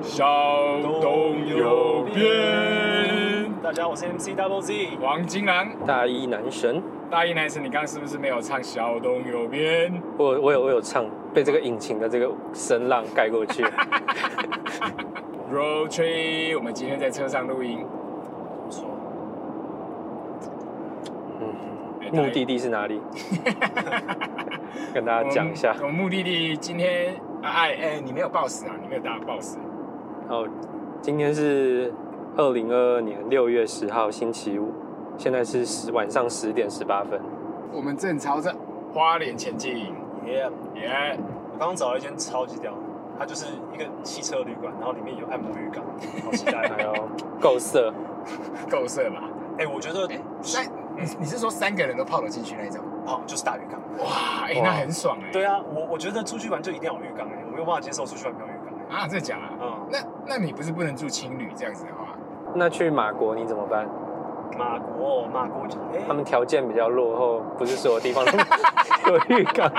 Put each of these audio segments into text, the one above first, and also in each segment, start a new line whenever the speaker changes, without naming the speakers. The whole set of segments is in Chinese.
小东有变。
大家好，我是 MC Double Z。
王金兰，
大一男神，
大一男神，你刚刚是不是没有唱小东有变？
我我有我有唱，被这个引擎的这个声浪盖过 去。
Road Trip，我们今天在车上录音，
我说，
嗯，
哎
目的地是哪里？跟大
我
家
们
讲一下。
我们目的地今天，啊哎哎，你没有报时啊，你没有打报时。
然后今天是二零二二年六月十号星期五，现在是十晚上十点十八分。
我们正朝着花莲前进，
耶、
耶、
我刚刚找了一间超级屌的，它就是一个汽车旅馆，然后里面有按摩浴缸，好期 待。
哎呦，够色！
够色吧？
哎、我觉得
三，你你是说三个人都泡得进去那种？
哦，就是大浴缸。
哇，哎、
哇
那很爽哎、
对啊，我我觉得出去玩就一定要有浴缸哎、我没有办法接受出去玩没有浴缸、哎
啊，这假啊？
嗯，
那那你不是不能住情侣这样子的话？
那去马国你怎么办？
马国马国就哎、
他们条件比较落后，不是所有地方都有浴缸。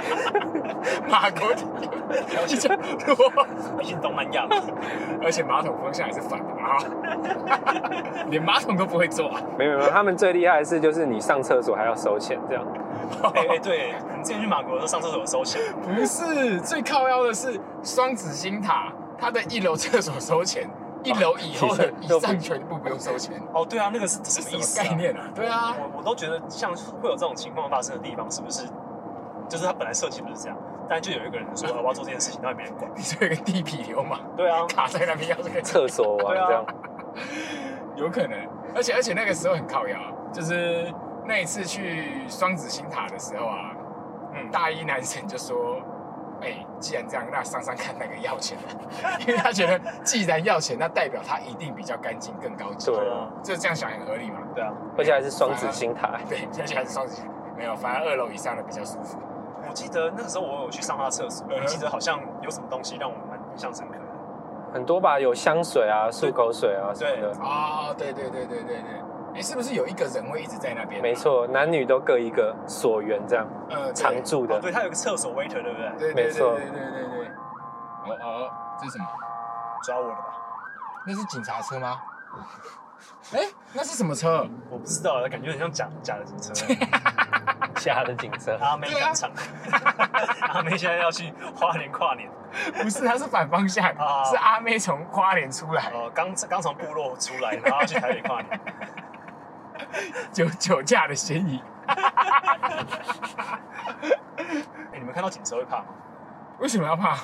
马国
了解，毕竟东南亚嘛。
而且马桶方向还是反的嘛， 哈连马桶都不会坐、啊。
没有没有，他们最厉害的是就是你上厕所还要收钱这样。
哎哎、对，我们之前去马国的时候上厕所有收钱，
不是，最靠腰的是双子星塔，它的一楼厕所收钱，一楼以后的以上全部不用收钱，
哦，对啊，那个是
这
什么
是
意
什
思、
么
啊？
概念啊？对啊，
我我都觉得像是会有这种情况发生的地方，是不是？就是他本来设计不是这样，但就有一个人说我要做这件事情，然后也没人管。
你这个地痞流氓
对啊，
卡在那边要这个
厕所王
对啊
这样，
有可能，而且而且那个时候很靠腰，啊就是那一次去双子星塔的时候啊，
嗯，
大一男神就说：“哎、既然这样，那上上看哪个要钱的， 因为他觉得既然要钱，那代表他一定比较干净、更高级。
对
啊
就这样想很合理嘛。
对啊。
而且还是双子星塔。
对，啊而且还是双子星，没有，反而二楼以上的比较舒服。
我记得那个时候我有去上他厕所，
嗯哼
我记得好像有什么东西让我蛮印象深刻的。
很多吧，有香水啊、漱口水啊什么的。
哦，对对对对对对，哎、是不是有一个人会一直在那边？啊
没，错，男女都各一个所缘这样
呃，对
常住
哦，
的。
对，他有个厕所 waiter，对不对？
对对
没
对
错
对对对对。哦哦，这是什么？
抓我了吧？
那是警察车吗？ 哎、那是什么 车？
我不知道，感觉很像假假的警 车。
假的景色，
阿妹赶场， 阿妹现在要去花莲跨年，
不是，它是反方向，
啊
是阿妹从花莲出来。
呃，刚刚从部落出来，然后要去台北跨年。
酒酒驾的嫌疑。
哎，你们看到警车会怕吗？
为什么要怕？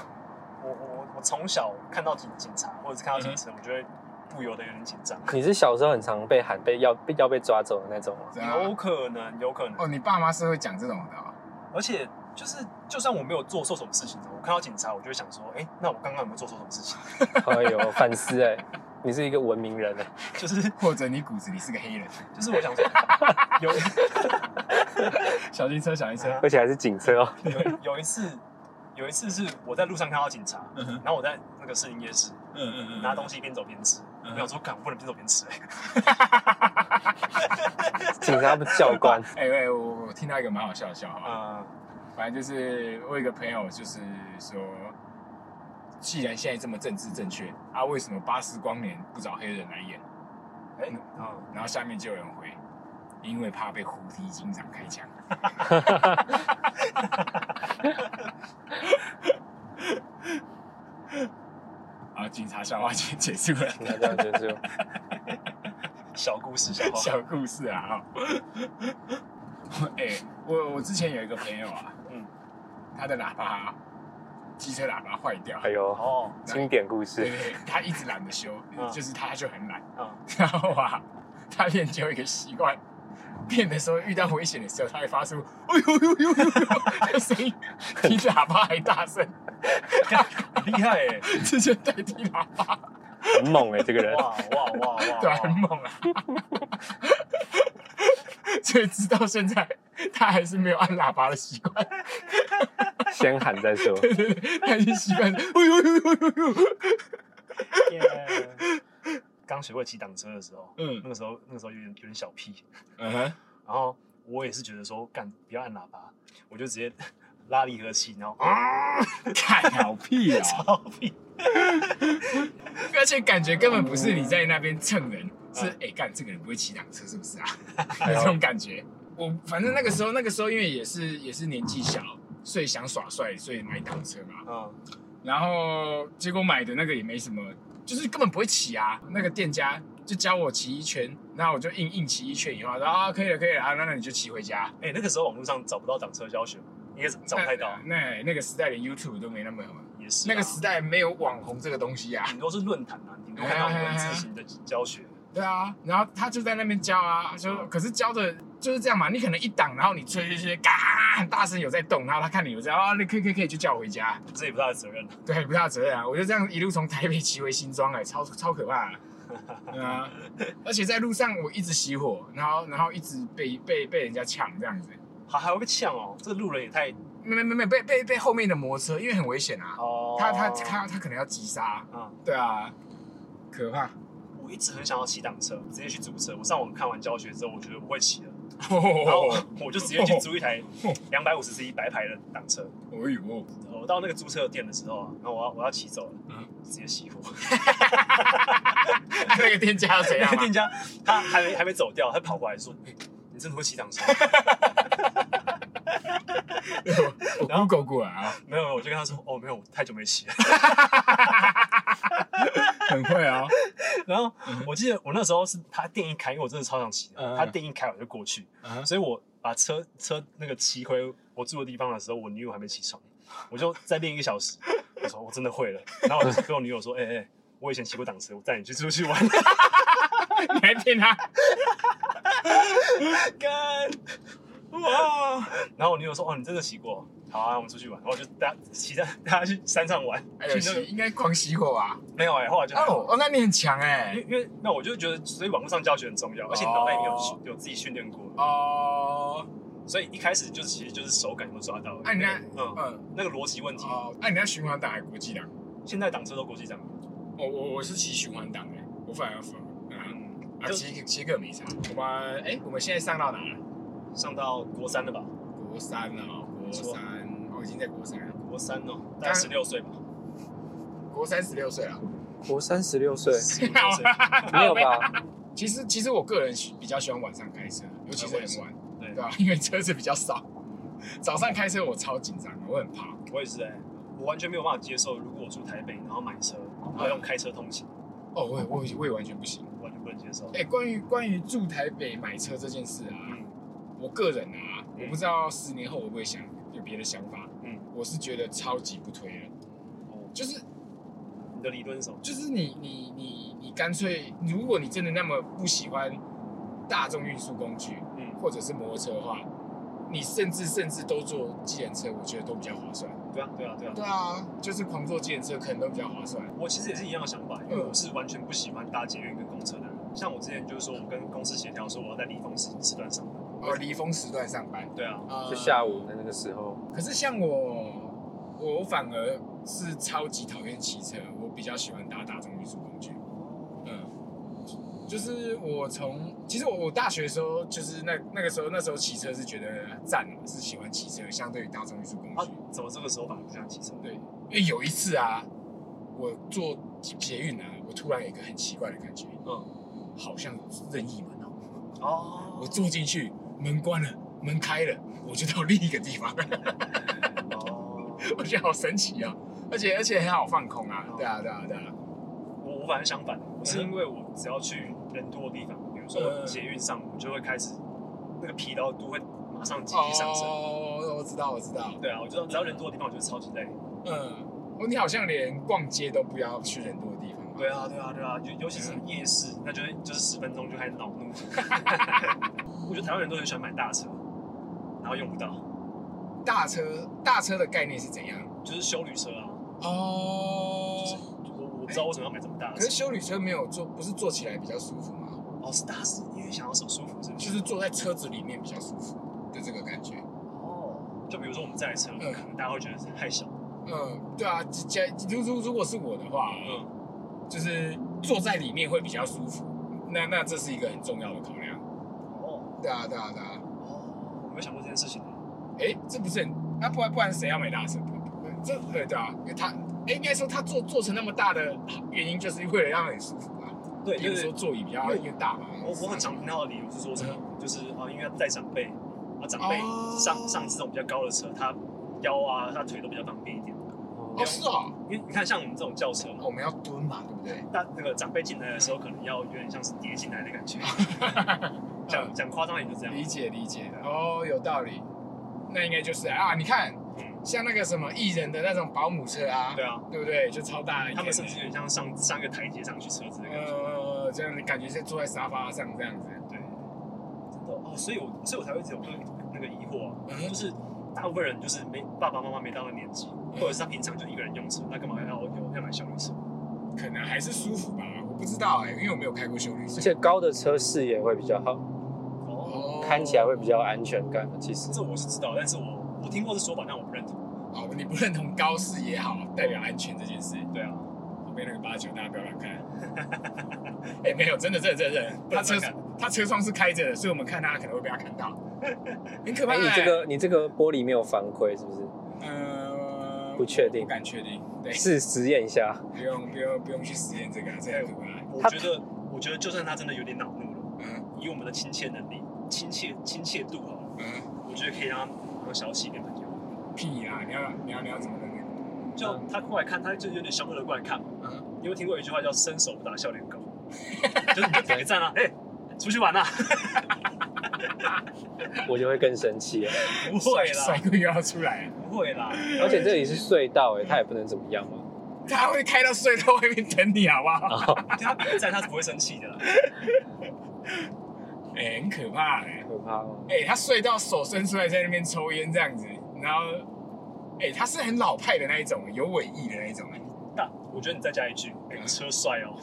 我我我从小看到警警察，或者是看到
嗯
警车，我就会不由得有点紧张。
你是小时候很常被喊被要被要被抓走的那种 吗？
怎样
有可能，有可能。
啊哦，你爸妈是会讲这种的、哦。
而且就是，就算我没有做错什么事情，我看到警察，我就会想说，哎、那我刚刚有没有做错什么事情？
哎呦，反思哎、你是一个文明人哎、
就是
或者你骨子里是个黑人。
就是，我想说，有
小心车，小心车。
而且还是警车哦。
有有一次，有一次是我在路上看到警察，然后我在那个士林夜市
嗯嗯
拿东西边走边吃，我想说，干，我不能边走边吃、哎，
警察不是教官，
哎喂，我我听到一个蛮好笑的笑话，
啊、
反正就是我有一个朋友，就是说，既然现在这么政治正确，啊，为什么巴斯光年不找黑人来演？
哎、啊、
然后下面就有人回，因为怕被胡提警长开 枪。啊，警察笑话结结束了，
警察这样结束。
小故事，小话，
小故事啊。哦 哎、我我之前有一个朋友啊，
嗯，
他的喇叭，机车喇叭坏掉，
哎呦，
哦，
经典故
对
事。
对，对他一直懒得修，
嗯
就是他就很懒。
啊、
然后啊，他练就一个习惯，变的时候遇到危险的时候，他会发出“哎呦呦呦呦哎呦”的声 音，比喇叭还大声，
很厉害、哎。
直接代替喇叭，
很猛哎、这个人
哇哇哇
哦
哇！
对啊，很猛 啊！所以直到现在，他还是没有按喇叭的习惯，
先喊再说。
对对对，他已经习惯了“哎呦呦呦呦呦
耶刚学会骑挡车的时候”，，那
嗯
个时候那个时候有点有点小屁，
嗯哼，
然后我也是觉得说，干不要按喇叭，我就直接 拉离合器，然后哦
啊，太好屁啊！
超屁，
而且感觉根本不是你在那边蹭人，
嗯
是哎干、这个人不会骑挡车是不是啊？
哎
哎
这种感觉。我反正那个时候，那个时候因为也是也是年纪小，所以想耍帅，所以买挡车嘛。
嗯，
然后结果买的那个也没什么，就是根本不会骑啊。那个店家就教我骑一圈，然后我就硬硬骑一圈以后，他说啊可以了可以了，啊那那你就骑回家。
哎、那个时候网络上找不到挡车教学，应该是找不太到。
那那那个时代连 YouTube 都没那么，
也是啊、
那个时代没有网红这个东西啊。
顶多是论坛啊，顶多看到文字型的教学。
对啊，然后他就在那边教啊，就可是教的就是这样嘛，你可能一挡，然后你吹吹吹，嘎，很大声有在动，然后他看你有在啊，你可以可以可以就叫我回家，
这也不是他的责任啊。
对，不大责任啊，我就这样一路从台北骑回新庄，哎，超超可怕、啊，对啊，而且在路上我一直熄火，然后然后一直被被被人家抢这样子，
还还会被呛哦，这路人也太
没没没没被被被后面的摩托车，因为很危险啊，
哦。
他他他他可能要急刹，
啊、
对啊，可怕，
我一直很想要骑挡车，直接去租车。我上网看完教学之后，我觉得我会骑了，然后
哦
我就直接去租一台两百五十 cc 白牌的挡车。
呦，
我到那个租车店的时候啊，然后我要我要骑走了，
嗯
直接熄火。
那个店家要怎样啊
那个？ 店家他还没还没走掉，他跑过来说：“哎你真的会骑挡车？”
我 Google 过来啊。
没有，没有我就跟他说：“哦，没有，我太久没骑了。”
很会 啊、
然后我记得我那时候是他店一开，因为我真的超想骑的，
嗯
他店一开我就过去，
哦！
所以我把车车那个骑回我住的地方的时候，我女友还没起床，我就再练一个小时。 我说我真的会了，然后我就跟我女友说：“哎、哎、我以前骑过挡车，我带你去出去玩。
你还骗他？”
干哇！然后我女友说：“哦，你真的骑过？好啊，我们出去玩。”然后我就带她骑着带她去山上玩，
哎
去
呦，
那
洗
个
应该狂熄火吧？
没有哎、后来就还好
哦哦，那你很强哎、
因为因为那我就觉得，所以网络上教学很重要，而且你脑袋里面有
哦
有自己训练过，
哦，
所以一开始就是其实就是手感有没有抓到。
哎你
那
看
个嗯，
嗯，
那个逻辑问题，
哦，那、你要循环档还是国际档？
现在挡车都国际档，
我我我是骑循环档哎、我反而分啊
嗯，
啊，
就
骑骑个没差。我们哎、我们现在上到哪了？
上到国三了吧？
国三了、哦，国三，哦我、已经在国三了，
国三哦，大概十六岁吧。
国三十六岁了。
我三十六岁，
16岁
没有？吧？
其实其实我个人喜比较喜欢晚上开车，尤呃其是
我也是
很晚，
对
对吧、因为车子比较少。早上开车我超紧张的，我很怕。
我也是哎，我完全没有办法接受，如果我住台北，然后买车，然后用开车通勤，
哦，我也我也我也完全不行。
我完全不能接受。
哎、关于关于住台北买车这件事啊，
嗯，
我个人啊，
嗯
我不知道十年后我会不会想有别的想法。
嗯，
我是觉得超级不推的，
哦，
就是
你的理论是什么？
就是你你你你干脆，如果你真的那么不喜欢大众运输工具
嗯，
或者是摩托车的话，你甚至甚至都坐计程车，我觉得都比较划算。
对啊，对啊，对啊。
对啊，就是狂坐计程车可能都比较划算。
我其实也是一样的想法，因为我是完全不喜欢搭捷运跟公车的
嗯
人。像我之前就是说，我跟公司协调说我要在离峰时时段上班。
哦，离峰时段上班，
对啊，
呃
就下午的那个时候，
可是像我，我反而是超级讨厌骑车，我比较喜欢搭大众运输工具。嗯，就是我从其实我我大学的时候，就是那那个时候那时候骑车是觉得赞，啊是喜欢骑车，相对于大众运输工
啊
具。，
怎么这个时候反而不想骑车？
对，因为有一次啊，我坐捷运啊，我突然有一个很奇怪的感觉，
嗯，
好像任意门哦，
哦
我坐进去，门关了，门开了，我就到另一个地方了。
哦，
我觉得好神奇啊、而且而且很好放空啊
哦，
对啊对啊对啊，
我我反正相反，是因为我只要去人多的地方，比如说
嗯
捷运上，我就会开始那个疲劳度会马上急剧上升。
哦，我知道我知道，
对啊，我知道只要人多的地方，我就超级累。
嗯，哦你好像连逛街都不要去人多的地方吧，
对啊，对啊，对啊，尤尤其是夜市，那就会就是十分钟就开始 恼怒。我觉得台湾人都很喜欢买大车，然后用不到，
大车大车的概念是怎样？
就是修旅车啊。就是
哦，
我我不知道为什么要买这么大的
可是
车。
修理车没有坐，不是坐起来比较舒服吗？
哦，是大是因为想要手舒服，是不？
就是是坐在车子里面比较舒服的这个感觉。
哦，就比如说我们这台车，
嗯
可能大家会觉得太小。
嗯，对啊，加如如如果是我的话，
嗯，
就是坐在里面会比较舒服，那那这是一个很重要的考量。
哦
对啊对啊对啊。
哦，我没有想过这件事情。
哎，这不是很啊？不然不然谁要买大车？不不这对对啊，因为他哎，应该说它做做成那么大的原因，就是为了让你舒服啊。
对，
比
就
如
是
说座椅比较因为大嘛。
我我很常听到的理由是说什么，就是啊，因为要带长辈，啊长辈
嗯哦
上上这种比较高的车，他腰啊他腿都比较方便一点。
哦是哦，
因为你看像我们这种轿车嘛，
我们要蹲嘛，对不对？
大那个长辈进来的时候，可能要有点像是叠进来的 感觉。讲讲夸张一点就这样。
理解理解，哦，有道理。那应该就是啊，你看
嗯，
像那个什么艺人的那种保姆车啊，
对啊，
对不对？就超大一
他
点
们
的，
甚至有点像上上一个台阶上去车子的感觉。
呃，这样你感觉是坐在沙发上这样子。
对，真的哦，所以我所以我才会一直有那个那个疑惑啊，
嗯
就是大部分人就是没爸爸妈妈没到那年纪，
嗯
或者是他平常就一个人用车，那干嘛要要要买小旅车？
可能还是舒服吧，我不知道哎、因为我没有开过修理车
而。且高的车视野会比较好，
哦，
哦
看起来会比较有安全感。其实
这我是知道，但是我我听过这说法，但我不认同。
哦，你不认同高视野好代表安全这件事，
对啊，
旁边那个八九大家不要乱看。哎、没有，真的真的真的，真的他
他
车
车
他车窗是开着的，所以我们看他可能会被他看到，很可怕、
哎，
欸。
你这个你这个玻璃没有防窥是不是？
呃，
不确定
我不敢确定，对，
是实验一下，
不用不用不用去实验这个、啊，这个很可怕。
我
他
觉得我觉得就算他真的有点恼怒了，
嗯
以我们的亲切能力、亲切亲切度好了，
嗯，
我觉得可以让他和小喜一点朋友。
屁啦，你要你要你要怎么认定？
就他过来看，他就有点凶恶的过来看。
嗯，
你有没有听过一句话叫“伸手不打笑脸狗”， 就是你就点个赞 啊，哎、出去玩 啦、
我就会更生气了。
不会
甩
啦，
个又要出来了，
不会啦。
而且这里是隧道，哎，它也不能怎么样嘛。
他会开到隧道外面等你，好不好？
啊
给他点个赞，他是不会生气的啦。
哎、很可怕哎、
可怕哦。
哎、他睡到手伸出来在那边抽烟这样子，然后，哎、他是很老派的那一种，有尾翼的那一 种、哎
但我觉得你再加一句，哎、车帅哦。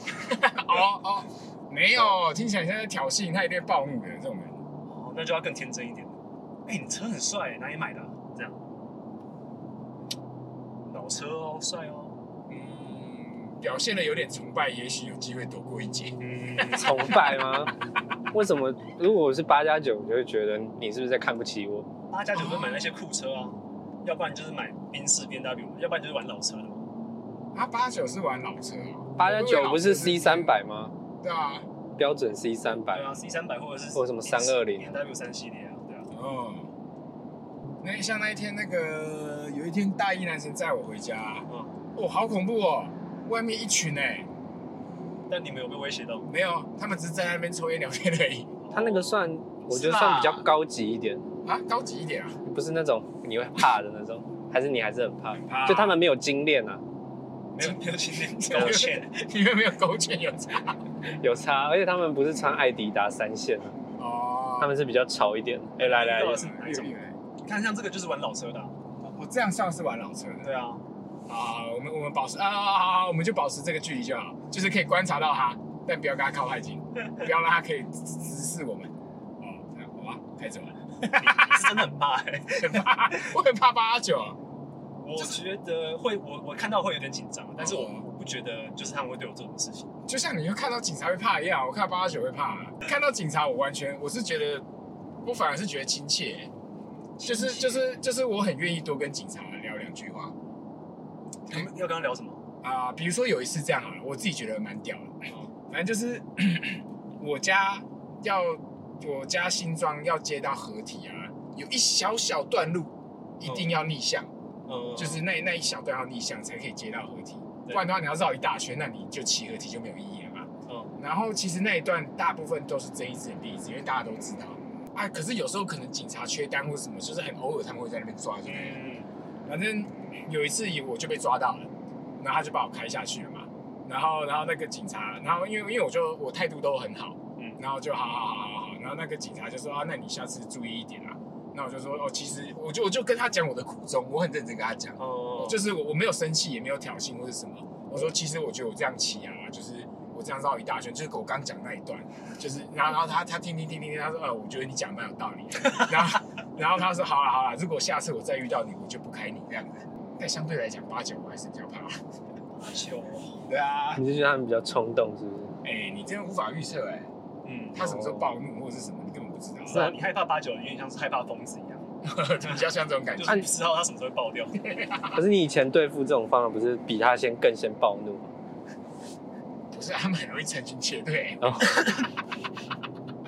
哦哦，没有，听起来像在挑衅，他一定会暴怒的这种人。
哦，那就要更天真一点。哎、你车很帅、哪里买的啊、这样，老车哦，帅哦。
嗯，表现的有点崇拜，也许有机会躲过一劫。
嗯，
崇拜吗？ 为什么？如果我是八加九，我就会觉得你是不是在看不起我？
八加九都买那些酷车啊，要不然就是买宾士、B W，要不然就是玩老车的嘛。
他啊八九是玩老车哦，
八加九不是 C 三百吗？
对啊，
标准 C 三
对
百
啊，C 三百或者是
或者什么320
B W 三系列啊，对啊。
哦。那像那一天那个，有一天大一男生载我回家，
嗯，
哦，好恐怖哦，外面一群哎、
但你们有被威胁到吗？
没有，他们只是在那边抽烟聊天而已
他那个算，我觉得算比较高级一点，
啊，高级一点啊。
不是那种你会怕的那种，还是你还是很怕？
怕
就他 们没有精炼啊，
没有没有经历抱歉，
里面没有勾芡有差。
有差，而且他们不是穿艾迪达三线啊，
哦
他们是比较潮一点。哎，来来，
对
来
啊是哪一种你看像这个就是玩老车的啊、
我哦这样算是玩老车的
对啊，
啊。我们我们保持啊，好好好，我们就保持这个距离就好，就是可以观察到他，但不要跟他靠太近，不要让他可以直直视我们。哦，这样好吧，太准了，
你是真的很怕哎、
很怕，我很怕八九。啊
我觉得会，我我看到会有点紧张，但是我
哦
我不觉得就是他们会对我做什么事情。
就像你会看到警察会怕一样，我看到八九会怕、啊看到警察我完全我是觉得，我反而是觉得亲切、就是就是就是我很愿意多跟警察聊两句话
他们要跟他聊什么？
啊、比如说有一次这样好了，我自己觉得蛮屌的，
哦
反正就是 我家要我家新庄要接到合体啊，有一小小段路一定要逆向，
嗯，
就是那那一小段要逆向才可以接到合体，
对
不然的话你要绕一大圈，那你就骑合体就没有意义了嘛。
嗯，
然后其实那一段大部分都是睁一只眼闭一只，眼，因为大家都知道啊。可是有时候可能警察缺单或什么，就是很偶尔他们会在那边抓，就对了
嗯，
反正有一次我就被抓到了，然后他就把我开下去了嘛。然后，然后那个警察，然后因为因为我就我态度都很好，
嗯
然后就好好好好好。然后那个警察就说啊，那你下次注意一点啊。那我就说哦，其实我就我就跟他讲我的苦衷，我很认真跟他讲。
哦，
就是我我没有生气，也没有挑衅或者什么。我说其实我觉得我这样骑啊，就是我这样绕一大圈，就是我刚讲那一段，就是然后然后他他听听听听，听，他说呃，我觉得你讲得蛮有道理的。 然后然后他说好了好了，如果下次我再遇到你，我就不开你这样子。但相对来讲，八九我还是比较怕。
秀，
对啊，
你是觉得他们比较冲动是不是？
哎、你真的无法预测哎，
嗯，
他什么时候暴怒或者是什么，你根本不知道。
啊是啊，你害怕八九，有点像是害怕疯子一样。
比较像这种感
就
觉。啊
是不知道它什么时候会爆掉。
可是你以前对付这种方法，不是比他先更先暴怒吗？
不是，他们很容易成群结队。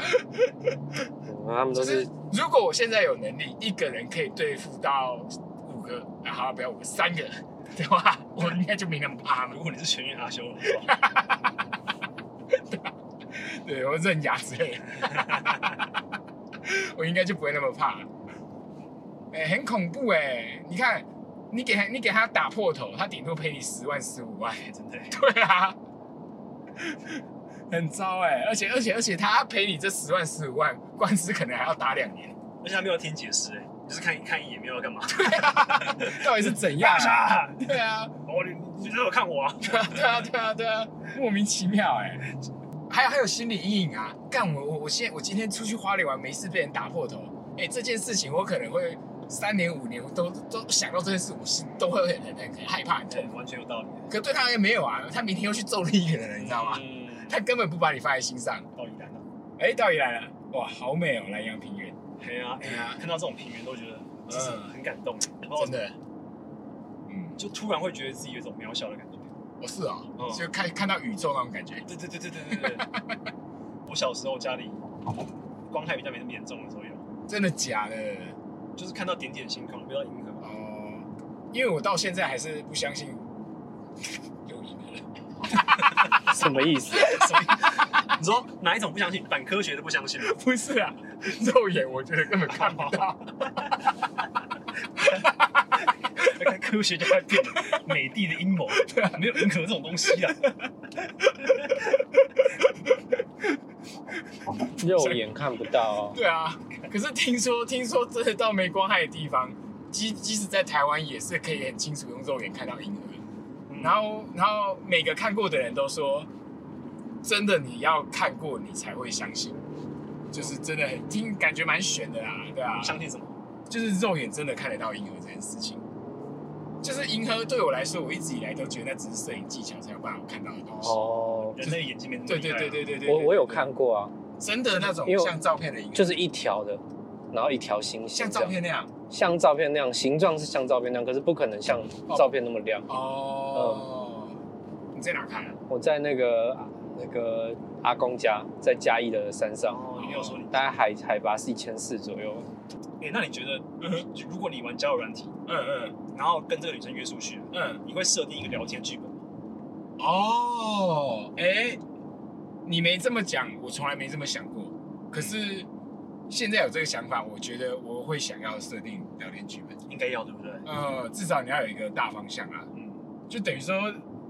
嗯他们都
就是是如果我现在有能力，一个人可以对付到五个，啊，好，不要五个，三个的话， 我应该就没那么怕了
如。果你是全员阿修罗的话，
对我认牙之类的， 我应该就不会那么怕。哎、很恐怖哎、你看，你给他，你给他打破头，他顶多赔你十万十五万。
真的欸耶，
对啊，很糟哎、而且而且而且他赔你这十万十五万，官司可能还要打两年。
而且他没有听解释，哎，就是看看一眼，没有要干嘛。
到底是怎样、啊？
大傻，
对啊，
哦，你你你都有看我 啊？
对啊，对啊，对啊，对啊，莫名其妙哎、还有还有心理阴影啊！干我我我现在我今天出去花莲玩，没事被人打破头，哎、这件事情我可能会三年五年我都都想到这件事，我心都会很很很害怕，你知道
对
吗？，
完全有道理。
可对他而言没有啊，他明天又去揍另一个人了，你知道吗？
嗯，
他根本不把你放在心上。
道理难啊。
哎、到底来了，哇，好美哦，南阳平原，
对啊，
对啊
看到这种平原都觉得其实很感动，欸然后
真的，嗯，
就突然会觉得自己有一种渺小的感觉。
我是哦，
嗯
就看看到宇宙那种感觉，
对对对对对对对。 我小时候家里光害比较没那么严重的时候有，
真的假的？
就是看到点点星空，不知道银河。
哦，因为我到现在还是不相 信有赢的人。
什么意思？啊
所以你说 哪一种不相信？反科学的不相 信吗？
不是啊，肉眼我觉得根本看不到。
科学家在变美帝的阴谋，没有银河这种东西啊。
肉眼看不到、哦，
对啊，可是听说听说真的到没光害的地方，即即使在台湾也是可以很清楚用肉眼看到银河。
嗯
然后然后每个看过的人都说，真的你要看过你才会相信，就是真的很听感觉蛮悬的啦，对啊，
相信什么？
就是肉眼真的看得到银河这件事情。就是银河对我来说，我一直以来都觉得那只是摄影技巧才有办法看到的东西。
哦，
人类眼睛没那么
对
厉
对
害啊
对对对对，
我
对
我有看过啊，
真的那种
因为我
像照片的银河，
就是一条的，然后一条星星，
像照，片那样。
像照片那样，形状是像照片那样，可是不可能像照片那么亮。
哦，你在哪看啊？
我在那个那个阿公家，在嘉义的山上，
哦，你有说你
大概海海拔是一千四左右。
哎，那你觉得，就如果你玩交友软体，
嗯嗯
然后跟这个女生约出去，
嗯。
你会设定一个聊天剧本吗？
哦，哎，你没这么讲，我从来没这么想过。可是现在有这个想法，我觉得我会想要设定聊天剧本。
应该要对不对？
呃，至少你要有一个大方向啊，
嗯，
就等于说，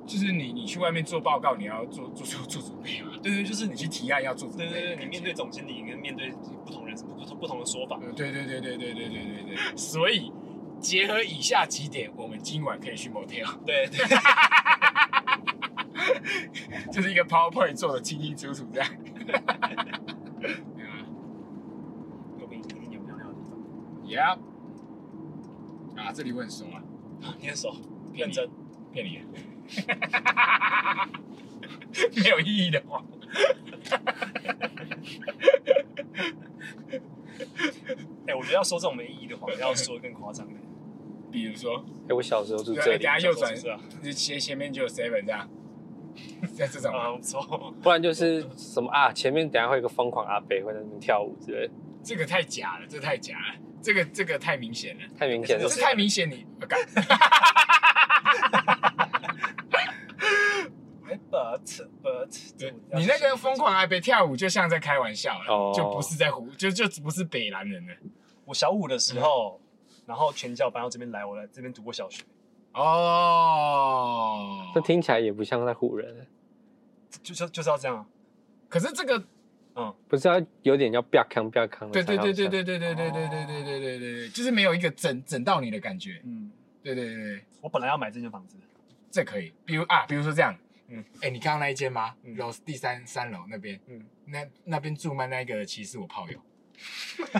就是你你去外面做报告，你要做做做做准备嘛。
对对，就是
你去提案要做准
对
备。
对对，你面对总经理跟面对不同人不不不同的说法，
呃，对对对对对对对对对。所以结合以下几点，我们今晚可以去 motel，
对对，
就是一个 PowerPoint 做的清清楚楚这样。对啊吧
有没有一定有聊聊的地方？
？Yeah。啊，这里我很熟啊，
你很 熟，认真，
骗你的。 没有意义的话，
哎，我觉得要说这种没意义的话，要说更夸张 的，
比如说，
哎、我小时候住
对啊
这
等
里，
下右转
是 啊，
就斜前面就有 seven 这样，像这种
啊，不错，
不然就是什么啊，前面等一下会有一个疯狂阿北会在那边跳舞之类的，
这个太假了，这太假了，这个这个太明显了，
太明显
有
了
哎这。太明显你，我干
哎，but but，
对
这我要
你那个疯狂阿北跳舞，就像在开玩笑了，
哦
就不是在胡，就就不是北南人了。
我小五的时候，然后全教搬到这边来，我来这边读过小学，
哦，
这听起来也不像在唬人，
就是就是要这样啊，
可是这个，
不是要有点要啪康啪康的
对
才
对
好
对
笑。
对对对对对对对对对对对，就是没有一个整整到你的感觉。
嗯，
对对对对，
我本来要买这间房子，
这可以。比如啊，比如说这样，嗯
嗯，
哎，你刚刚那一间吗？
嗯
楼第三三楼那边，
嗯，
那那边住曼那个其实是我炮友，，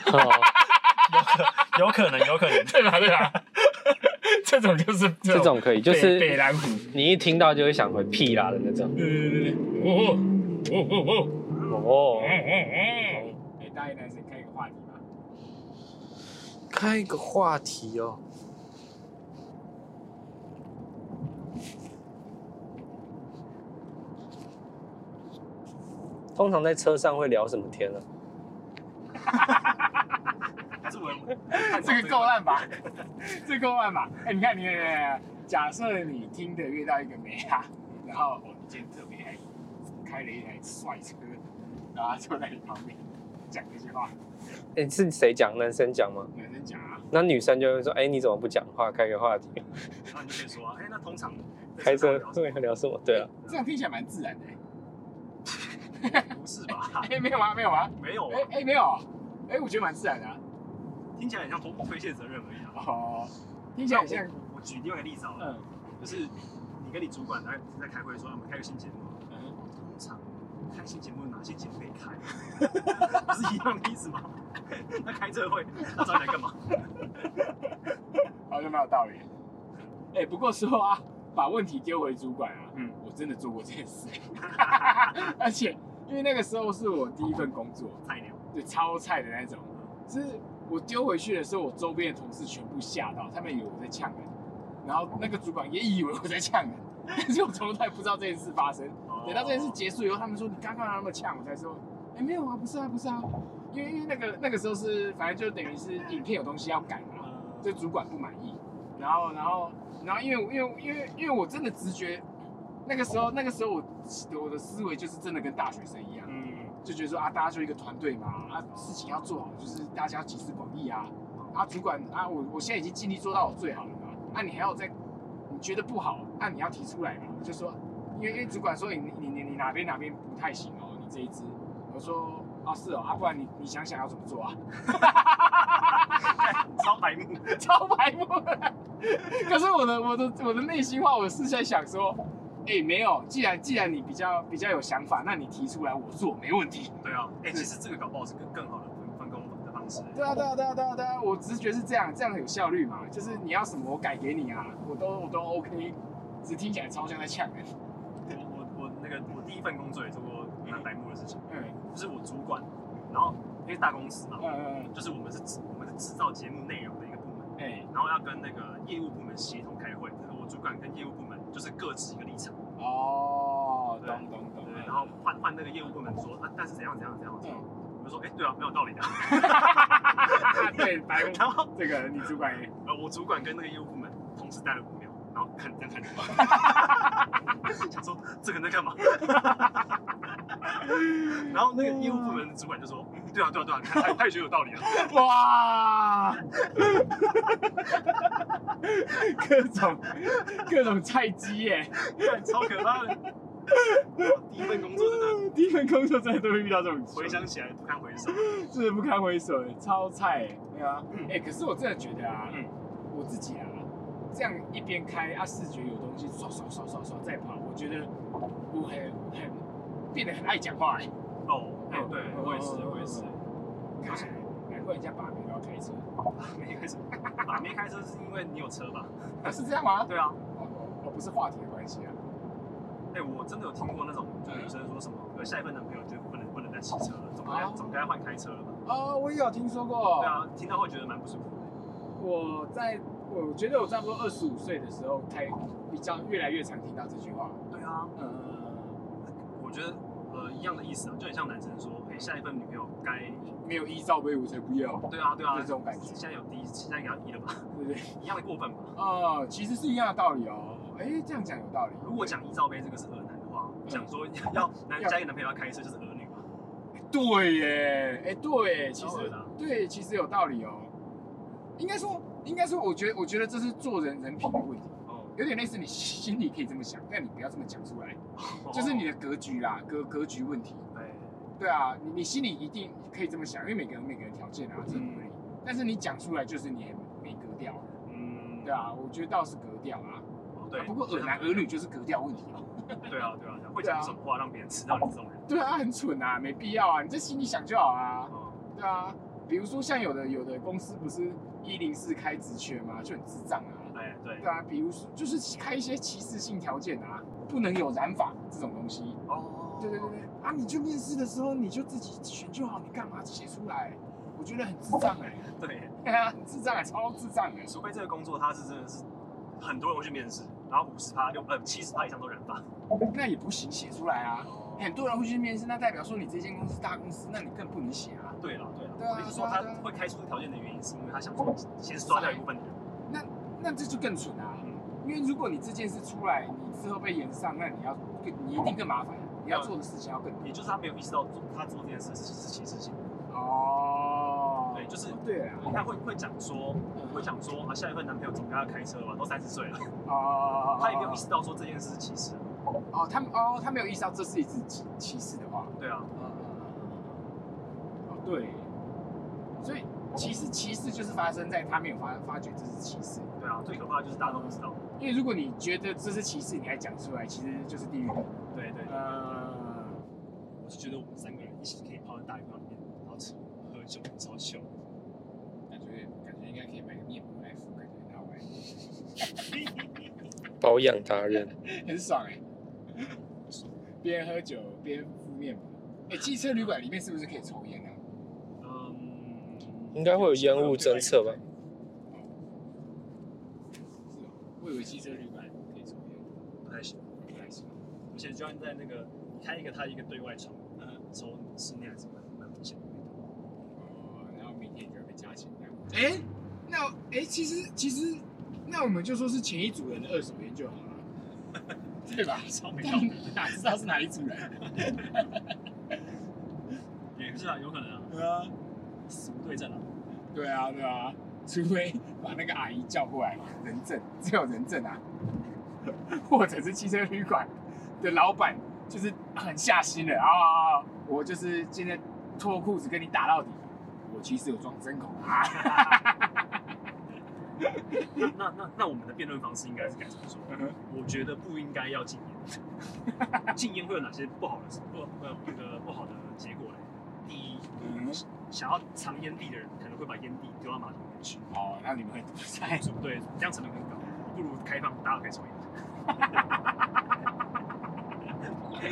哦
有可能有可能
对吧？对吧？这种就是
这种可以，就
北
是
南湖。
你一听到就会想回屁啦的那种。
对对对对，哦哦哦哦。
哦
哎，哎哎，给大一男生开个话题吧。
开一个话题哦。通常在车上会聊什么天呢、
这我
这个够烂吧？ 这个够烂吧？哎、你看你，假设你听的遇到一个美啊，然后我今天特别还开了一台帅车，然后他坐在你旁边讲这些话，
诶哎是谁讲？男生讲吗？
男生讲啊，
那女生就会说：“哎、你怎么不讲话？开个话题。
然后你就可以说啊，哎，那通常”
开车会聊什么？对啊，
哎这样听起来蛮自然的、欸。
不是吧
哎、？没有啊，没有啊，
没有
哎、
啊，
哎、没有啊，哎、我觉得蛮自然的、啊。
听起来很像推推卸责任而已啊。
哦，听起
那
来
我
很像，
我举另外一个例子好了，
嗯
就是你跟你主管在在开会说，啊我们开个新节目，
嗯，
通常开新节目哪些节目可以开？ 不是一样的意思吗？ 那开这个会，那找你来干嘛？
好像蛮有道理。哎、不过说啊，把问题丢回主管啊，
嗯，
我真的做过这件事， 而且因为那个时候是我第一份工作，
菜鸟，
对，超菜的那种，是我丢回去的时候，我周边的同事全部吓到，他们以为我在呛人，然后那个主管也以为我在呛人， 但是我从来不知道这件事发生。
哦
等到这件事结束以后，他们说你刚刚那么呛，我才说，哎、没有啊，不是啊，不是啊，因为因为那个那个时候是反正就等于是影片有东西要改嘛，
呃，
这主管不满意，然后然后然后因为因为因为因为我真的直觉，那个时候那个时候我我的思维就是真的跟大学生一样，
嗯，
就觉得说啊，大家就一个团队嘛，啊，事情要做好，就是大家集思广益啊。啊，主管啊，我我现在已经尽力做到我最好了嘛，啊，你还要再，你觉得不好，啊，你要提出来嘛。我就说，因为因为主管说你你你你哪边哪边不太行哦，你这一支，我说啊是哦，啊不然你你想想要怎么做啊，
超白目，
超白目的。可是我的我的我的内心话，我是在想说，哎、没有，既然既然你比较比较有想法，那你提出来我做没问题。
对啊，哎，其实这个搞不好是更更好的分分工的方式，
对啊，对啊，对啊，对啊，对啊！我直觉是这样，这样有效率嘛？就是你要什么我改给你啊，我都我都 OK。只听起来超像在呛人。
我我我那个我第一份工作也做过蛮白目的事情，
嗯
就是我主管，然后因为大公司嘛，
嗯
就是我们是制我们是制造节目内容的一个部门，
哎
然后要跟那个业务部门协同开会，就是我主管跟业务部门就是各持一个立场，
哦，懂懂懂
对，。然后换换那个业务部门说，啊，但是怎样怎样怎样怎样，
嗯，
我就说，哎，对啊，没有道理的。
对，白目。
然后
这个你主管也
呃，我主管跟那个业务部门同时待了五秒，然后看在看着我， 想说这个人在干嘛？ 然后那个业务部门的主管就说，嗯对啊对啊对啊，他他他也觉得有道理啊。
哇， 各种各种菜鸡耶！
超可怕的。第一份工作真的，
第一份工作真的都会遇到这种
回想起来不堪回首。
真的不堪回首，超菜耶。对啊，
嗯
哎、可是我真的觉得啊，
嗯
我自己啊，这样一边开啊，视觉有东西刷刷刷刷刷再跑，我觉得我很很变得很爱讲话哎、
哦，哎，对我也是，我也是。
看起来难怪人家把妹都要开车，
没开车， 把没开车是因为你有车吧？
啊、是这样吗？
对啊。
哦，哦不是话题的关系啊。
哎，我真的有听过那种，就女生说什么，呃下一份男朋友就不能不能再骑车了，总该
哦
总该换开车了吧？
哦，我也有听说过。
对啊，听到会觉得蛮不舒服的。
我在我觉得我差不多二十五岁的时候开，比较越来越常听到这句话。
对啊，
呃，
我觉得呃一样的意思啊，就很像男生说，哎，下一份女朋友该，
没有依照威武才不要，
对啊对啊，
就这种感觉
现在有第一，现在给他一了吧？
对不对？
一样的过分吧？
哦，其实是一样的道理哦。哎，这样讲有道理。哦
如果讲一罩杯这个是恶男的话，
嗯
讲说 要男加一个男朋友要开车就是恶女嘛？
对耶，哎，对耶，其
超恶
实
的啊
对，其实有道理哦。应该说，应该说，我觉得，我觉得这是做人人品的问题，
哦，
有点类似你心里可以这么想，但你不要这么讲出来，
哦
就是你的格局啦，格格局问题。
对，
对啊，你你心里一定可以这么想，因为每个人每个人条件啊，这种而已。但是你讲出来就是你也没格调，啊
嗯，
对，啊，我觉得倒是格调啊。
哦
啊
对。
不过耳男耳女，就是格调问题哦。
对啊对啊，会讲什么话让别人知道你这种人？
对啊，很蠢啊，没必要啊，你在心里想就好啊。
哦，
对啊，比如说像有的有的公司不是一零四开职缺吗？就很智障啊。
哎对
对，啊，比如说就是开一些歧视性条件啊，不能有染发这种东西。
哦
对对对对，啊，你就面试的时候你就自己选就好，你干嘛写出来？我觉得很智障哎、
对，
对啊，很智障哎、超智障哎、
除非这个工作它是真的是很多人会去面试，然后五十趴六呃七十趴以上都染发，
那也不行，写出来啊。很多人会去面试，那代表说你这间公司是大公司，那你更不能写啊。
对了对了，
对啊
我的意思说
对啊
他
对啊
会开出这个条件的原因，是因为他想说先刷掉一部分的人。
那这就更蠢啊！因为如果你这件事出来，你之后被延上，那你要你一定更麻烦，你要做的事情要更多。
也就是他没有意识到做他做这件事是是歧视性的。
哦，
对就是
对啊，
你看会会讲说，会讲说啊，下一份男朋友总该要开车了吧，都三十岁了，
哦，
他也没有意识到说这件事是歧视。
哦，他们哦，他没有意识到这是一次歧歧视的话，
对啊，
哦，对，所以其实歧视就是发生在他没有发发觉这是歧视，
对啊，最可怕的就是大家都不知道。
因为如果你觉得这是歧视，你还讲出来，其实就是地狱梗。
对对，
呃，
我是觉得我们三个人一起可以泡在大浴缸里面，然后吃喝酒超秀。
感觉感觉应该可以买个面膜来敷，感觉很好玩，
保养达人，
很爽哎、边喝酒边敷面膜。哎、汽车旅馆里面是不是可以抽烟啊？
嗯，
应该会有烟雾侦测吧？
是哦，我以为汽车旅馆可以抽烟，
不太行，
不太行。
而且就算在那个你开一个它一个对外窗，嗯，从室内还是蛮蛮明显的味道。
哦，然后明天就会被加钱这样。哎、那哎、其实其实那我们就说是前一组人的二手烟就好了， 对吧？
超没
但
道理，
哪知道是哪一组人？
也是啊，有可能啊，
对啊，
死无对证 啊。
对啊，对啊，除非把那个阿姨叫过来，人证只有人证啊，或者是汽车旅馆的老板就是很下心了啊、我就是今天脱裤子跟你打到底，我其实有装针孔啊。
那那那那我们的辩论方式应该是改成说，
嗯
我觉得不应该要禁 烟。禁烟会有哪些不好的不呃那个不好的结果呢？第一，
嗯
想要藏烟蒂的人可能会把烟蒂丢到马桶里面去，
哦，那你们很独裁。
对，这样成本更高，不如开放大家可以抽 烟。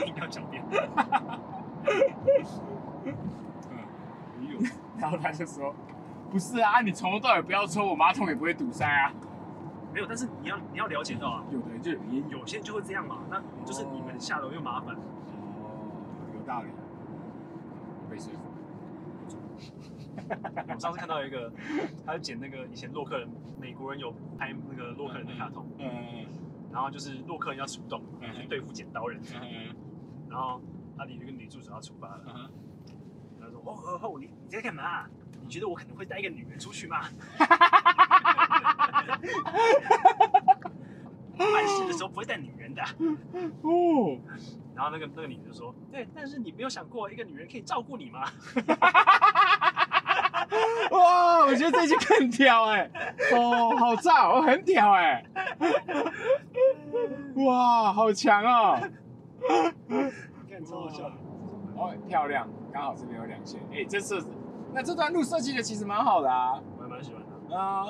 一定要狡辩，
然后他就说：“不是啊，你从头到尾不要抽，我马桶也不会堵塞啊。
没有，但是你要你要了解到啊”，
有的人就有烟瘾，
有些人就会这样嘛，那就是你们下楼又麻烦，
哦，有道理，被说服。
我上次看到一个，他就剪那个以前洛克人，美国人有拍那个洛克人的卡通，
嗯
然后就是洛克人要出动
嗯
去对付剪刀人，
嗯
然后他的一个女助手要出发了，
嗯，
他说：“哦哦哦，你你在干嘛、你觉得我可能会带一个女人出去吗？” 办事的时候不会带女人的。
哦，
然后那个那个女的就说：“对，但是你没有想过一个女人可以照顾你吗
哇，我觉得这句更屌哎、哦，好炸，哦，很屌哎、哇，好强哦，？”
看超好笑的。
哦，很漂亮，刚好这边有两线，哎、这是，那这段路设计的其实蛮好的啊，
我还蛮喜欢的。
啊、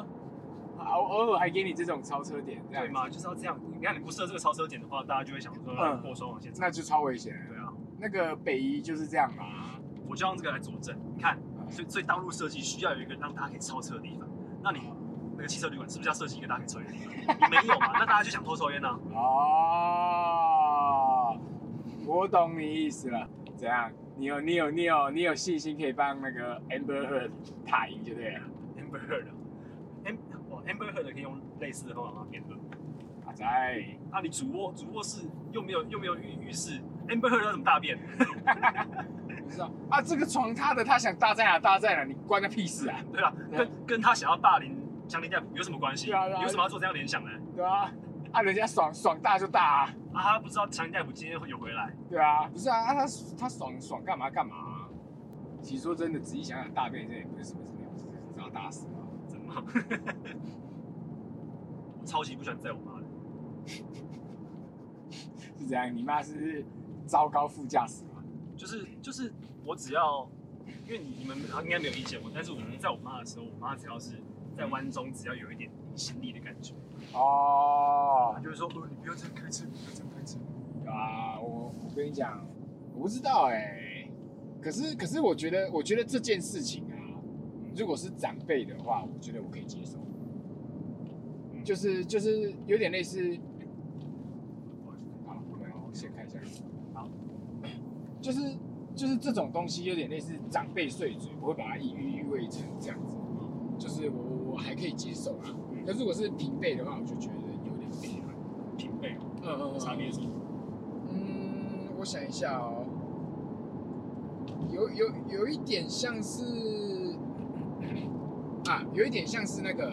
好，偶尔还给你这种超车点，这样
对嘛，就是要这样。你看你不设这个超车点的话，大家就会想说要
嗯
过双黄线。
那就超危险了。
对啊，
那个北移就是这样嘛。
我就用这个来佐证。你看，所以所以道路设计需要有一个让大家可以超车的地方。那你那个汽车旅馆是不是要设计一个大家可以抽烟的地方？你没有嘛？那大家就想偷抽烟啊？
哦，我懂你意思了。怎样？你有你有你有你有信心可以帮那个 Amber Heard 打赢，就对了。
Amber Heard，Am 哦 Amber Heard 可以用类似的方法辩论。
阿仔，
啊，你主卧主卧室又没有又没有浴浴室，Amber Heard 要怎么大便？
不是啊，啊，这个床他的，他想搭在哪搭在哪，你关他屁事啊，
对吧？
对啊
跟跟他想要霸凌强林戴普有什么关系？
对啊对啊
你为什么要做这样联想呢？
对啊，啊，人家爽爽大就大、啊，
啊，他不知道强林戴普今天会有回来，
对啊，不是啊，啊他他爽爽干嘛干嘛、啊。其实说真的，仔细想想，大便这也不是什么事情，只是要打死嘛。
真的吗？ 我超级不喜欢载我妈的，
是这样，你妈是糟糕副驾驶嘛？
就是就是我只要，因为你你们应该没有意见我，但是我们在我妈的时候，我妈只要是在
嗯
弯中，只要有一点离心力的感觉，
哦
她，就会说，哦，你不要这样开车，你不要这样开车。
啊，我我跟你讲，我不知道哎、可是可是我觉得我觉得这件事情啊，如果是长辈的话，我觉得我可以接受。就是就是有点类似，好，我们先看一下，好，就是就是这种东西有点类似长辈碎嘴，我会把它一喻喻为成这样子，就是我我还可以接受啦。
呃
那如果是平辈的话，我就觉得有点悲哀。
平辈
嗯嗯嗯
差别是什么？
嗯，我想一下哦，有有有一点像是啊，有一点像是那个，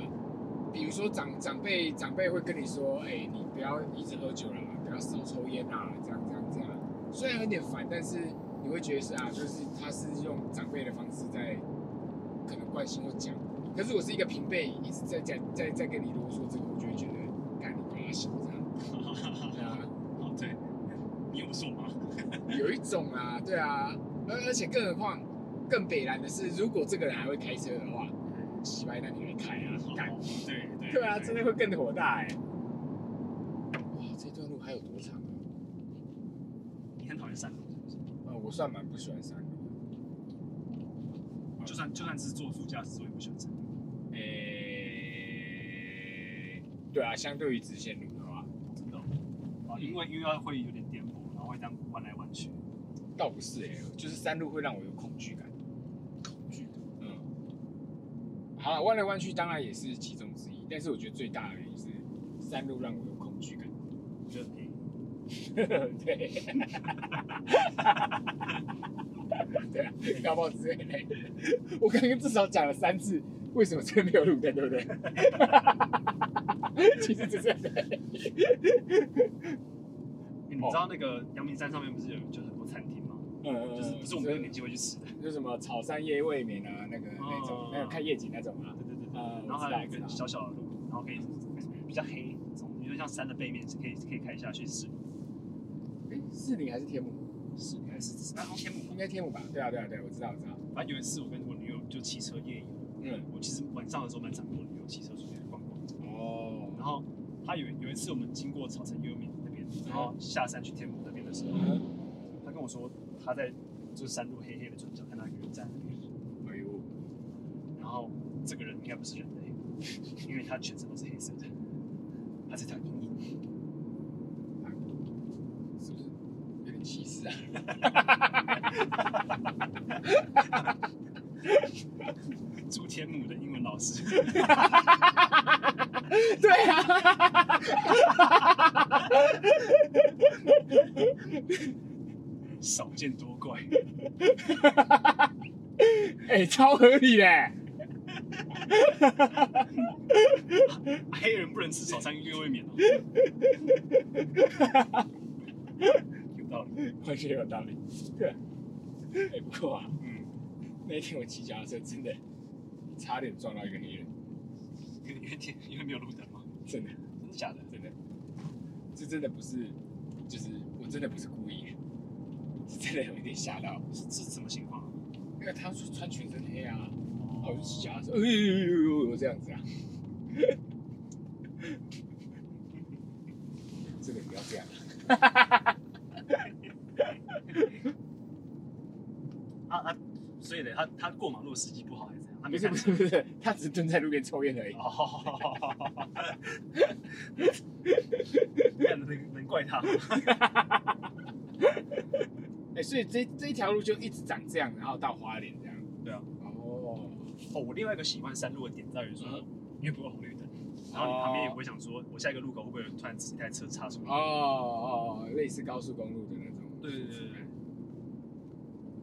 比如说长长辈长辈会跟你说，哎、你不要一直喝酒啦，不要少抽烟啦，这样这样这样。虽然有点烦，但是你会觉得是啊，就是他是用长辈的方式在可能关心或讲。可是我是一个平辈，一直在在在在跟你啰嗦这个，我就会觉得，干你不要想这样，对啊。
哦，对，你有数吗？
有一种啊，对啊，而而且更何况更北蓝的是，如果这个人还会开车的话，洗白那你来开啊，干，
对对
对啊，真的会更火大哎、哇，这段路还有多长啊？
你很讨厌山路是不是？
呃，我算蛮不喜欢山路，
就算就算是坐副驾驶，我也不喜欢山路。
诶、对啊，相对于直线路的话，
真的哦哦，因为因为它会有点颠簸，然后会这样弯来弯去。
倒不是哎、就是山路会让我有恐惧感，恐
惧
感，嗯。好了，弯来弯去当然也是其中之一，但是我觉得最大的原因是山路让我有恐惧感。
我觉得你
对，对啊，高帽之类的。我刚刚至少讲了三次，为什么这边没有路灯，对不 对？其实只是
你知道那个阳明山上面不是有就是很多餐厅吗？
呃
就是不是我们这个年纪会去吃 的。
就什么草山夜未眠啊，那个那种
哦，
那个看夜景那种啊
对。对对对。
呃，
然
我
后
知
还
道，
有
我知
一
道
个。小小的路，然后可以比较黑，从有点像山的背面是可以可以开下去是
诶是你还是天母？
是还是然后天母
应。该天母吧？对啊，对啊，对啊，我知道，我知道。
反正有一次我跟我女友就骑车夜游，
嗯，
我其实晚上的时候蛮常跟我女友骑车出去逛逛。
哦，
然后她有有一次我们经过草城幽冥那边，然后下山去天母那边的时候，
嗯
她跟我说她在就是山路黑黑的转角看到一个人站在那边，
哎呦，
然后这个人应该不是人类，因为他全身都是黑色的，他是条阴影。
是不是有点歧视啊？
朱天母的英文老师，
对啊，
少见多怪。
哎、超合理嘞。
黑人不能吃早餐月未眠哦。 有道理。
我觉得有道理。对，哎、不过啊，
嗯，
那一天我骑脚踏车真的差点撞到一个黑人，
因为因为天因为没有路灯嘛，
真的
真的假的？
真的，这真的不是，就是我真的不是故意的，是真的有一点吓到，
是是什么情况啊？
因为他说穿全身黑啊，然后我
哦
就骑脚踏车，哎呦呦呦呦这样子啊， 这个不要这样，
啊啊！所以呢，他他过马路的时机不好还是怎样？他
不
没
是
看
不
清
是。不是，他只蹲在路边抽烟而 已，
哦，看能能怪他吗？
哎、所以这这一条路就一直长这样，然后到花莲这样，
对啊，
哦。
哦，我另外一个喜欢山路的点在于说，
嗯
因为不会红绿灯，然后你旁边也不会想说，我下一个路口会不会有人突然一台车插出来？
哦哦，类似高速公路的那种。
对对对对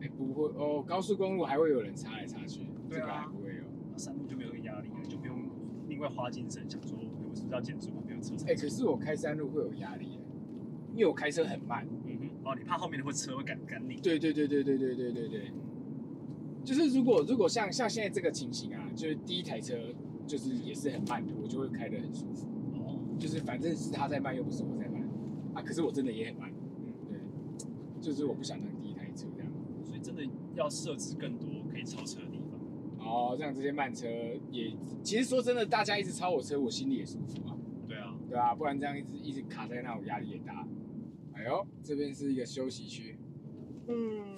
哎、不会哦，高速公路还会有人插来插去，
对啊
这个还不会有。
那啊山路就没有那个压力，就不用另外花精神想说，哎我是不是要减速旁边有车插
哎、
进来？
可是我开山路会有压力耶，因为我开车很慢。
嗯哼，哦，你怕后面的会车会赶赶你？
对对对对对对对对对，就是如果如果像像现在这个情形啊，就是第一台车就是也是很慢的，我就会开得很舒服，
哦，
就是反正是他在慢，又不是我在慢啊。可是我真的也很慢，嗯，对，就是我不想当第一台车这样。
所以真的要设置更多可以超车的地方。
哦，让这些慢车也，其实说真的，大家一直超我车，我心里也舒服啊，
对啊，
对吧、不然这样一直一直卡在那，我压力也大。哎呦，这边是一个休息区，
嗯，